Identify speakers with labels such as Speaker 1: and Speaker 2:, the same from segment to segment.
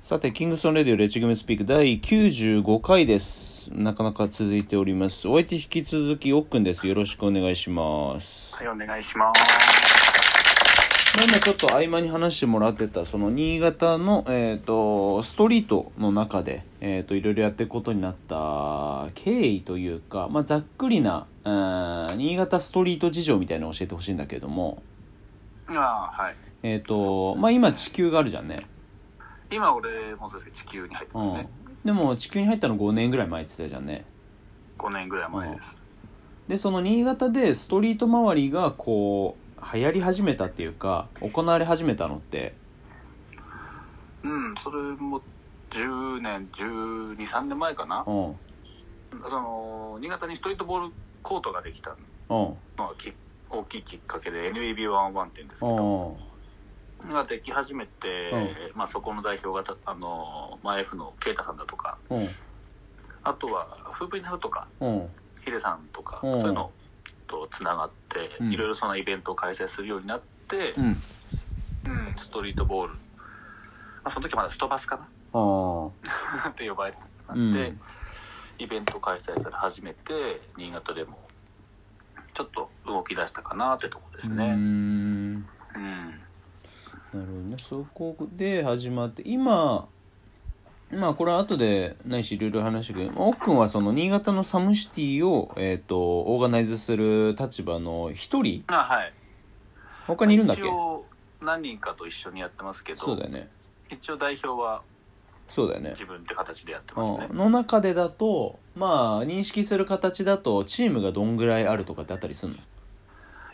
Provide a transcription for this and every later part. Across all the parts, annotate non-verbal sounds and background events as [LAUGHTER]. Speaker 1: さて、キングストンレディオレチグメスピーク第95回です。なかなか続いております。お相手引き続き、おっくんです。よろしくお願いします。
Speaker 2: はい、お願いします。
Speaker 1: 今ちょっと合間に話してもらってた、その新潟の、えっ、と、ストリートの中で、えっ、と、いろいろやっていくことになった経緯というか、まあ、ざっくりな、うん新潟ストリート事情みたいなのを教えてほしいんだけれども、
Speaker 2: ああ、はい。
Speaker 1: えっ、と、まあ、今地球があるじゃんね。
Speaker 2: 今俺もそうですけど、地球に入ってますね。
Speaker 1: でも、地球に入ったの5年ぐらい前って言ってたじゃんね。
Speaker 2: 5年ぐらい前です。
Speaker 1: でその新潟でストリート周りがこう流行り始めたっていうか行われ始めたのって
Speaker 2: うん、それも10年、12、3年前かな
Speaker 1: う。んうん
Speaker 2: その、新潟にストリートボールコートができたのはき大きいきっかけで NEB101 って言うんですけど、
Speaker 1: うん
Speaker 2: ができ始めて、まあそこの代表がた、あの、まあ F のケイタさんだとか、
Speaker 1: うん
Speaker 2: あとはフープインさんとか、
Speaker 1: うん
Speaker 2: ヒデさんとか、
Speaker 1: うん
Speaker 2: そういうのとつながって、
Speaker 1: うん
Speaker 2: いろいろそのイベントを開催するようになって、
Speaker 1: うん
Speaker 2: うん、ストリートボール、まあ、その時まだストバスか
Speaker 1: あー
Speaker 2: な [LAUGHS] って呼ばれてた
Speaker 1: うん
Speaker 2: んで、イベント開催され始めて新潟でもちょっと動き出したかなってとこです
Speaker 1: うー
Speaker 2: ね
Speaker 1: んな
Speaker 2: うん、
Speaker 1: るほどねそこで始まって今まあこれは後でないしいろいろ話してくる奥君はその新潟のサムシティを、えっとオーガナイズする立場の一人
Speaker 2: あはい
Speaker 1: 他にいるんだっけ
Speaker 2: 一応何人かと一緒にやってますけ
Speaker 1: そう
Speaker 2: ど
Speaker 1: だよね
Speaker 2: 一応代表は
Speaker 1: そうだよね
Speaker 2: 自分って形でやってますね
Speaker 1: うんの中でだとまあ認識する形だとチームがどんぐらいあるとかってあったりするの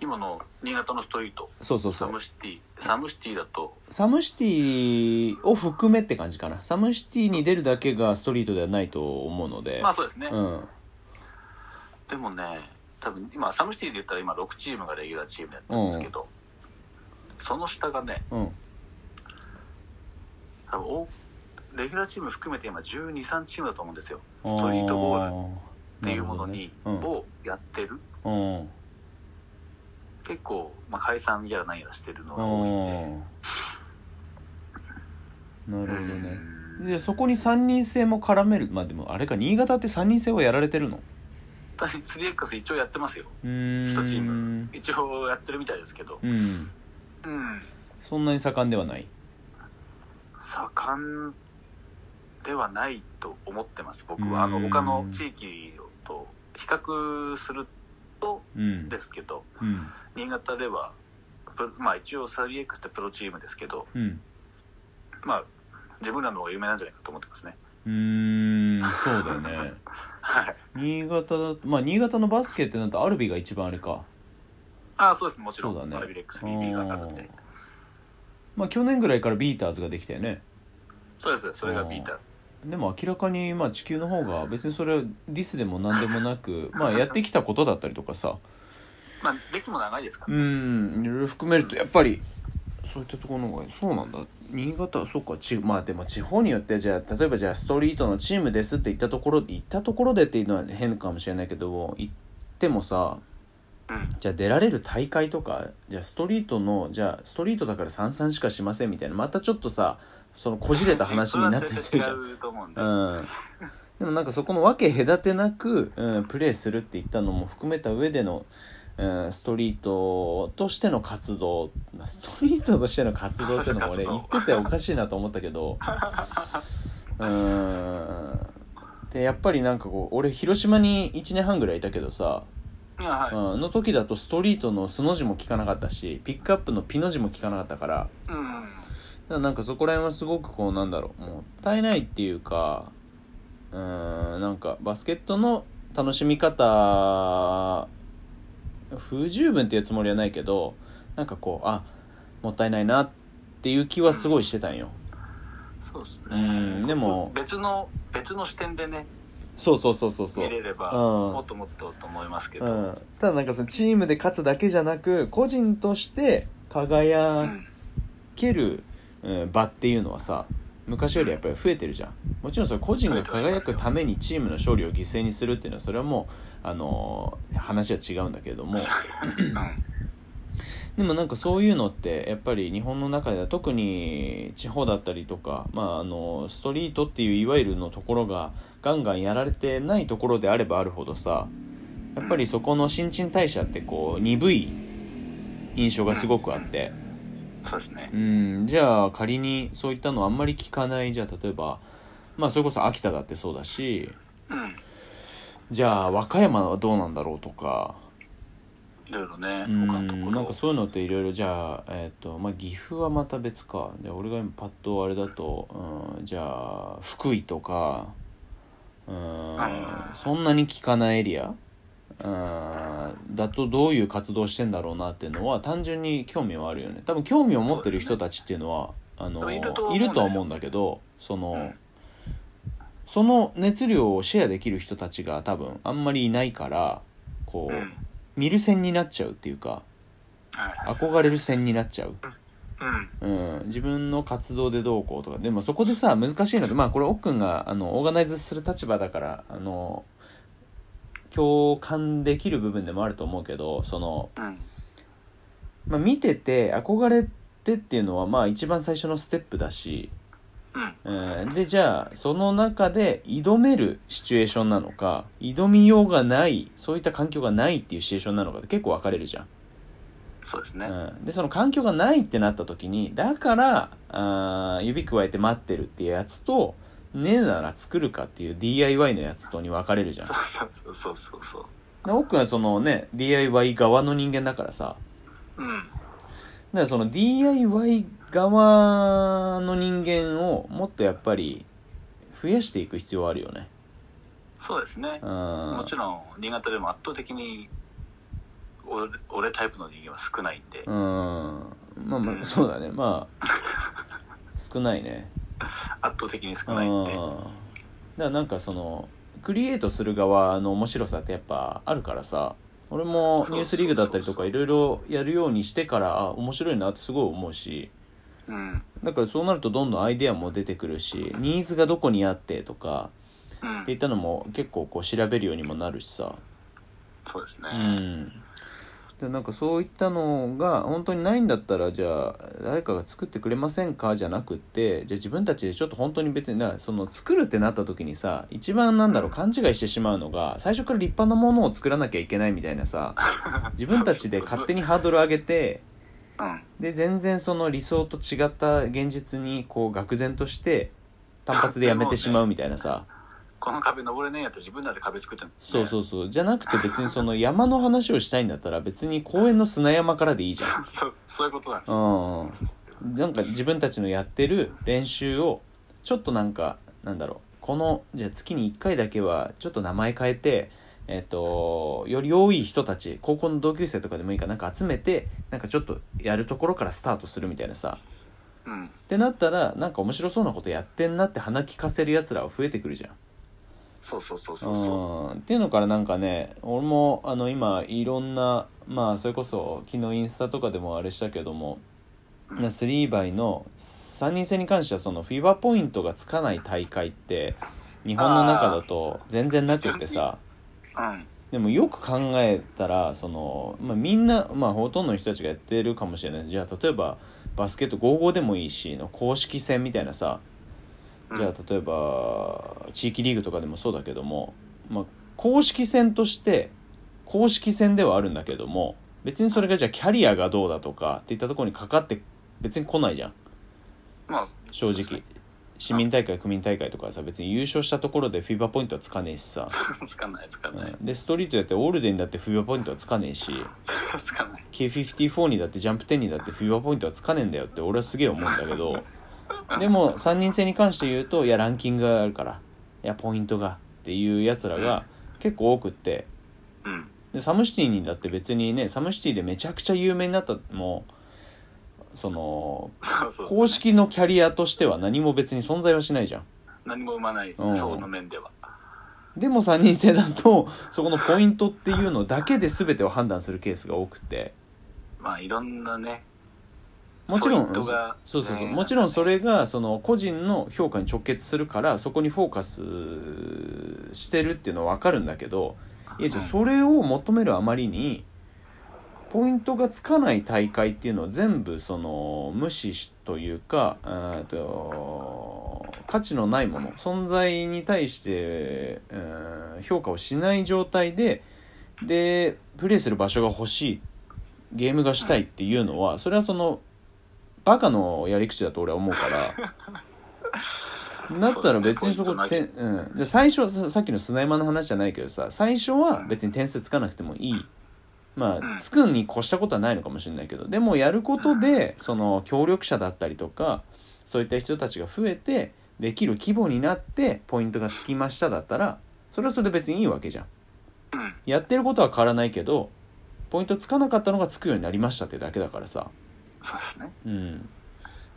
Speaker 2: 今の新潟のストリート
Speaker 1: そうそうそ
Speaker 2: サ
Speaker 1: う
Speaker 2: ムシティサムシティだと
Speaker 1: サムシティを含めって感じかなサムシティに出るだけがストリートではないと思うので、
Speaker 2: まあそうですね、
Speaker 1: うん
Speaker 2: でもね多分今サムシティで言ったら今6チームがレギュラーチームだったんですけど、その下がね
Speaker 1: うん
Speaker 2: 多分おレギュラーチーム含めて今1 2 3チームだと思うんですよストリートボールっていうものに、
Speaker 1: なるほどね
Speaker 2: をやってる
Speaker 1: うんうん
Speaker 2: 結構、まあ、解散やら何やらしてるの
Speaker 1: う
Speaker 2: が多いんで
Speaker 1: んなるほど
Speaker 2: う
Speaker 1: ね
Speaker 2: ん
Speaker 1: でそこに3人制も絡めるまあでもあれか新潟って3人制はやられてるの
Speaker 2: 私 3X 一応やってますよ
Speaker 1: うーん
Speaker 2: 一チーム一応やってるみたいですけど
Speaker 1: うん
Speaker 2: うん
Speaker 1: そんなに盛んではない
Speaker 2: 盛んではないと思ってます僕はあ
Speaker 1: う
Speaker 2: の
Speaker 1: ん
Speaker 2: 他の地域と比較すると
Speaker 1: うん
Speaker 2: ですけど
Speaker 1: うん
Speaker 2: 新潟ではプまあ一応 3X ってプロチームですけど
Speaker 1: うん
Speaker 2: まあ自分らの方が有名なんじゃないかと思ってますね
Speaker 1: うーんそうだよ
Speaker 2: [LAUGHS]
Speaker 1: ね
Speaker 2: はい
Speaker 1: 新潟だとまあ新潟のバスケってなるとアルビが一番あれか
Speaker 2: ああそうですもちろ
Speaker 1: そうだ
Speaker 2: ん
Speaker 1: ね
Speaker 2: アルビレックス BB があるん
Speaker 1: うん
Speaker 2: で
Speaker 1: まあ去年ぐらいからビーターズができたよね
Speaker 2: そうですそれがビーター
Speaker 1: でも明らかにまあ地球の方が別にそれはディスでも何でもな
Speaker 2: [LAUGHS]
Speaker 1: くまあやってきたことだったりとかさ
Speaker 2: まあ歴も長いですか
Speaker 1: う
Speaker 2: ら、
Speaker 1: んいろいろ含めるとやっぱりそういったところの方がそうなんだ新潟はそうかちまあでも地方によってじゃあ例えばじゃあストリートのチームですって言ったところで言ったところでっていうのは変かもしれないけど言ってもさ
Speaker 2: うん
Speaker 1: じゃあ出られる大会とかじゃあストリートのじゃあストリートだから三々しかしませんみたいなまたちょっとさそのこじれた話になってき
Speaker 2: そ
Speaker 1: て
Speaker 2: れ
Speaker 1: るじ
Speaker 2: は
Speaker 1: ゃ
Speaker 2: 絶対違うと思うんで、
Speaker 1: ん、うん、でもなんかそこの分け隔てなく、うん、プレーするって言ったのも含めた上での、うん、ストリートとしての活動まあストリートとしての活動っていうのも俺
Speaker 2: 活動
Speaker 1: 言ってておかしいなと思ったけどうんでやっぱりなんかこう俺広島に1年半ぐらいいたけどさ
Speaker 2: いやはい
Speaker 1: うん、の時だとストリートの素の字も聞かなかったしピックアップのピの字も聞かなかったからだか
Speaker 2: うん
Speaker 1: らなんかそこら辺はすごくこうなんだろうもったいないっていうかうんなんかバスケットの楽しみ方不十分っていうつもりはないけどなんかこうあもったいないなっていう気はすごいしてたんよ
Speaker 2: そうですね、
Speaker 1: うんでも
Speaker 2: 別の別の視点でね
Speaker 1: そうそうそうそうそう
Speaker 2: 見れれば
Speaker 1: うん
Speaker 2: もっともっとと思いますけど、
Speaker 1: う
Speaker 2: うん
Speaker 1: ん、ただなんかそのチームで勝つだけじゃなく個人として輝ける、うん、場っていうのはさ昔よりやっぱり増えてるじゃんもちろんそれ個人が輝くためにチームの勝利を犠牲にするっていうのはそれはもうあのー話は違うんだけれども
Speaker 2: うん
Speaker 1: でもなんかそういうのってやっぱり日本の中では特に地方だったりとか、まあ、あのストリートっていういわゆるのところがガンガンやられてないところであればあるほどさやっぱりそこの新陳代謝ってこう鈍い印象がすごくあって
Speaker 2: そうですね
Speaker 1: うんじゃあ仮にそういったのあんまり聞かないじゃあ例えばまあそれこそ秋田だってそうだし
Speaker 2: うん
Speaker 1: じゃあ和歌山はどうなんだろうとか
Speaker 2: いろいろね
Speaker 1: うん
Speaker 2: 他のところ
Speaker 1: なんかそういうのっていろいろじゃあ、えっとまあ、岐阜はまた別かで俺が今パッとあれだと、うん、じゃあ福井とか、うん
Speaker 2: はいはいは、い
Speaker 1: そんなに聞かないエリア、うん、だとどういう活動してんだろうなっていうのは単純に興味はあるよね多分興味を持ってる人たちっていうのはあの
Speaker 2: いると思うんですよ
Speaker 1: いるとは思うんだけどその、
Speaker 2: うん
Speaker 1: その熱量をシェアできる人たちが多分あんまりいないからこう、
Speaker 2: うん
Speaker 1: 見る線になっちゃうっていうか
Speaker 2: はい
Speaker 1: 憧れる線になっちゃう、
Speaker 2: うん
Speaker 1: うん、自分の活動でどうこうとかでもそこでさ難しいのでまあこれ奥君があのオーガナイズする立場だからあの共感できる部分でもあると思うけどその、
Speaker 2: うん
Speaker 1: まあ、見てて憧れてっていうのはまあ一番最初のステップだし、
Speaker 2: うん
Speaker 1: うん、でじゃあその中で挑めるシチュエーションなのか挑みようがないそういった環境がないっていうシチュエーションなのかって結構分かれるじゃん。
Speaker 2: そうですね、
Speaker 1: うん、でその環境がないってなった時にだからあー指くわえて待ってるっていうやつとねえなら作るかっていう DIY のやつとに分かれるじゃん
Speaker 2: そうそうそうそうそう
Speaker 1: で奥はそのね DIY 側の人間だからさ
Speaker 2: うん
Speaker 1: だからその DIY 側の人間をもっとやっぱり増やしていく必要はあるよね
Speaker 2: そうですね
Speaker 1: うん
Speaker 2: もちろん新潟でも圧倒的に俺俺タイプの人間は少ないんで、
Speaker 1: うんまあまあそうだねまあ少ないね
Speaker 2: 圧倒的に少ないんで、
Speaker 1: うんだからなんかそのクリエイトする側の面白さってやっぱあるからさ俺も
Speaker 2: そう
Speaker 1: ニュースリーグだったりと
Speaker 2: そうそうそ
Speaker 1: か
Speaker 2: う
Speaker 1: いろいろやるようにしてからあ面白いなってすごい思うし
Speaker 2: うん
Speaker 1: だからそうなるとどんどんアイデアも出てくるしニーズがどこにあってとか
Speaker 2: う
Speaker 1: っていっ
Speaker 2: ん
Speaker 1: たのも結構こう調べるようにもなるしさ
Speaker 2: そうですね、
Speaker 1: うんでなんかそういったのが本当にないんだったらじゃあ誰かが作ってくれませんかじゃなくってじゃあ自分たちでちょっと本当に別にだからその作るってなった時にさ一番なんだろう勘違いしてしまうのが最初から立派なものを作らなきゃいけないみたいな [LAUGHS] さ自分たちで勝手にハードル上げて
Speaker 2: うん
Speaker 1: で全然その理想と違った現実にこう愕然として単発でやめてしまうみたいなさ。
Speaker 2: この壁登れねえやったら自分だって壁作ってんだね
Speaker 1: そうそうそうじゃなくて別にその山の話をしたいんだったら別に公園の砂山からでいいじゃん
Speaker 2: [LAUGHS] そうそういうことなんですよ
Speaker 1: うん、なんか自分たちのやってる練習をちょっとなんかなんだろうこのじゃあ月に1回だけはちょっと名前変えてえっ、とより多い人たち高校の同級生とかでもいいからなんか集めてなんかちょっとやるところからスタートするみたいなさ
Speaker 2: うん
Speaker 1: ってなったらなんか面白そうなことやってんなって鼻利かせるやつらは増えてくるじゃん
Speaker 2: そうそうそうそうそう
Speaker 1: うんっていうのからなんかね俺もあの今いろんなまあそれこそ昨日インスタとかでもあれしたけども
Speaker 2: うん
Speaker 1: なスリーバイの3人制に関してはそのフィーバーポイントがつかない大会って日本の中だと全然なくってさ
Speaker 2: うん
Speaker 1: でもよく考えたらその、まあ、みんな、まあ、ほとんどの人たちがやってるかもしれないじゃあ例えばバスケット55でもいいしの公式戦みたいなさじゃあ例えば地域リーグとかでもそうだけども、まあ、公式戦として公式戦ではあるんだけども別にそれがじゃあキャリアがどうだとかっていったところにかかって別に来ないじゃん
Speaker 2: まあ
Speaker 1: 正直市民大会区民大会とかさ別に優勝したところでフィーバーポイントはつかねえしさ、
Speaker 2: [LAUGHS] つかないつかない
Speaker 1: でストリートやってオールデンだってフィーバーポイントはつかねえし
Speaker 2: [LAUGHS] つかない
Speaker 1: K54 にだってジャンプ10にだってフィーバーポイントはつかねえんだよって俺はすげえ思うんだけどでも3人制に関して言うといやランキングがあるからいやポイントがっていうやつらが結構多くって
Speaker 2: うん
Speaker 1: でサムシティにだって別にねサムシティでめちゃくちゃ有名になったのもその
Speaker 2: そうそう
Speaker 1: 公式のキャリアとしては何も別に存在はしないじゃん
Speaker 2: 何も生まないです
Speaker 1: うん
Speaker 2: ねその面では
Speaker 1: でも3人制だとそこのポイントっていうのだけで全てを判断するケースが多くて
Speaker 2: まあいろんなね
Speaker 1: もちろん
Speaker 2: ポイントが
Speaker 1: そうそうそう、
Speaker 2: ね
Speaker 1: もちろんそれがその個人の評価に直結するからそこにフォーカスしてるっていうのは分かるんだけどいやじゃあ
Speaker 2: うん
Speaker 1: それを求めるあまりにポイントがつかない大会っていうのを全部その無視しというかえーと価値のないもの存在に対して、えー評価をしない状態ででプレイする場所が欲しいゲームがしたいっていうのはそれはそのバカのやり口だと俺は思うからだったら別にそこ
Speaker 2: そうだね
Speaker 1: て、うん、で最初はささっきの砂山の話じゃないけどさ最初は別に点数つかなくてもいいま
Speaker 2: う
Speaker 1: あ
Speaker 2: ん
Speaker 1: つくに越したことはないのかもしれないけどでもやることでその協力者だったりとかそういった人たちが増えてできる規模になってポイントがつきましただったらそれはそれで別にいいわけじゃん
Speaker 2: うん
Speaker 1: やってることは変わらないけどポイントつかなかったのがつくようになりましたってだけだからさ
Speaker 2: そうですね
Speaker 1: うんだか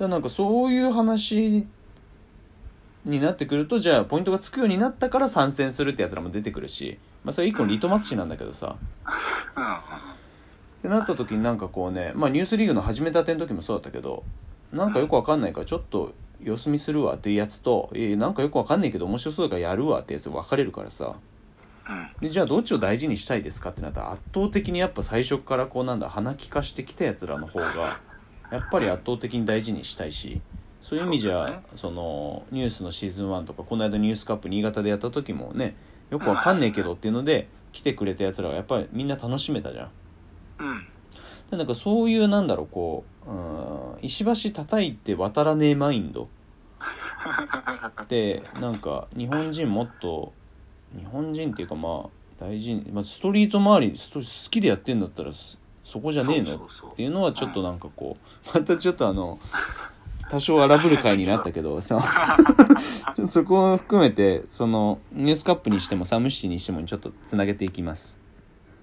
Speaker 1: らなんかそういう話になってくるとじゃあポイントがつくようになったから参戦するってやつらも出てくるし、まあ、それ一個のリトマス紙なんだけどさ
Speaker 2: うんうん
Speaker 1: ってなった時になんかこうねまあニュースリーグの始めたての時もそうだったけどなんかよくわかんないからちょっと様子見するわっていうやつといやいやなんかよくわかんないけど面白そうだからやるわってやつ分かれるからさ
Speaker 2: うん
Speaker 1: でじゃあどっちを大事にしたいですかってなったら圧倒的にやっぱ最初からこうなんだ鼻利かしてきたやつらの方がやっぱり圧倒的に大事にしたいしそういう意味じゃそ,、
Speaker 2: そうです
Speaker 1: のニュースのシーズン1とかこの間ニュースカップ新潟でやった時もねよくわかんねえけどっていうので来てくれたやつらはやっぱりみんな楽しめたじゃん。
Speaker 2: うん
Speaker 1: でなんかそういうなんだろうこううん石橋叩いて渡らねえマインドでなんか日本人もっと日本人っていうかまあ大事に、まあ、ストリート周りスト好きでやってんだったらそそこじゃねえの
Speaker 2: そ
Speaker 1: っ
Speaker 2: うそう
Speaker 1: て
Speaker 2: そう
Speaker 1: いうのはちょっとなんかこうまたちょっとあの多少荒ぶる回になったけ
Speaker 2: [LAUGHS]
Speaker 1: どさちょっ [LAUGHS] とそこを含めてそのニュースカップにしてもサムシティにしてもちょっとつなげていきます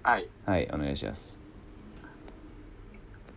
Speaker 2: はい
Speaker 1: はいお願いします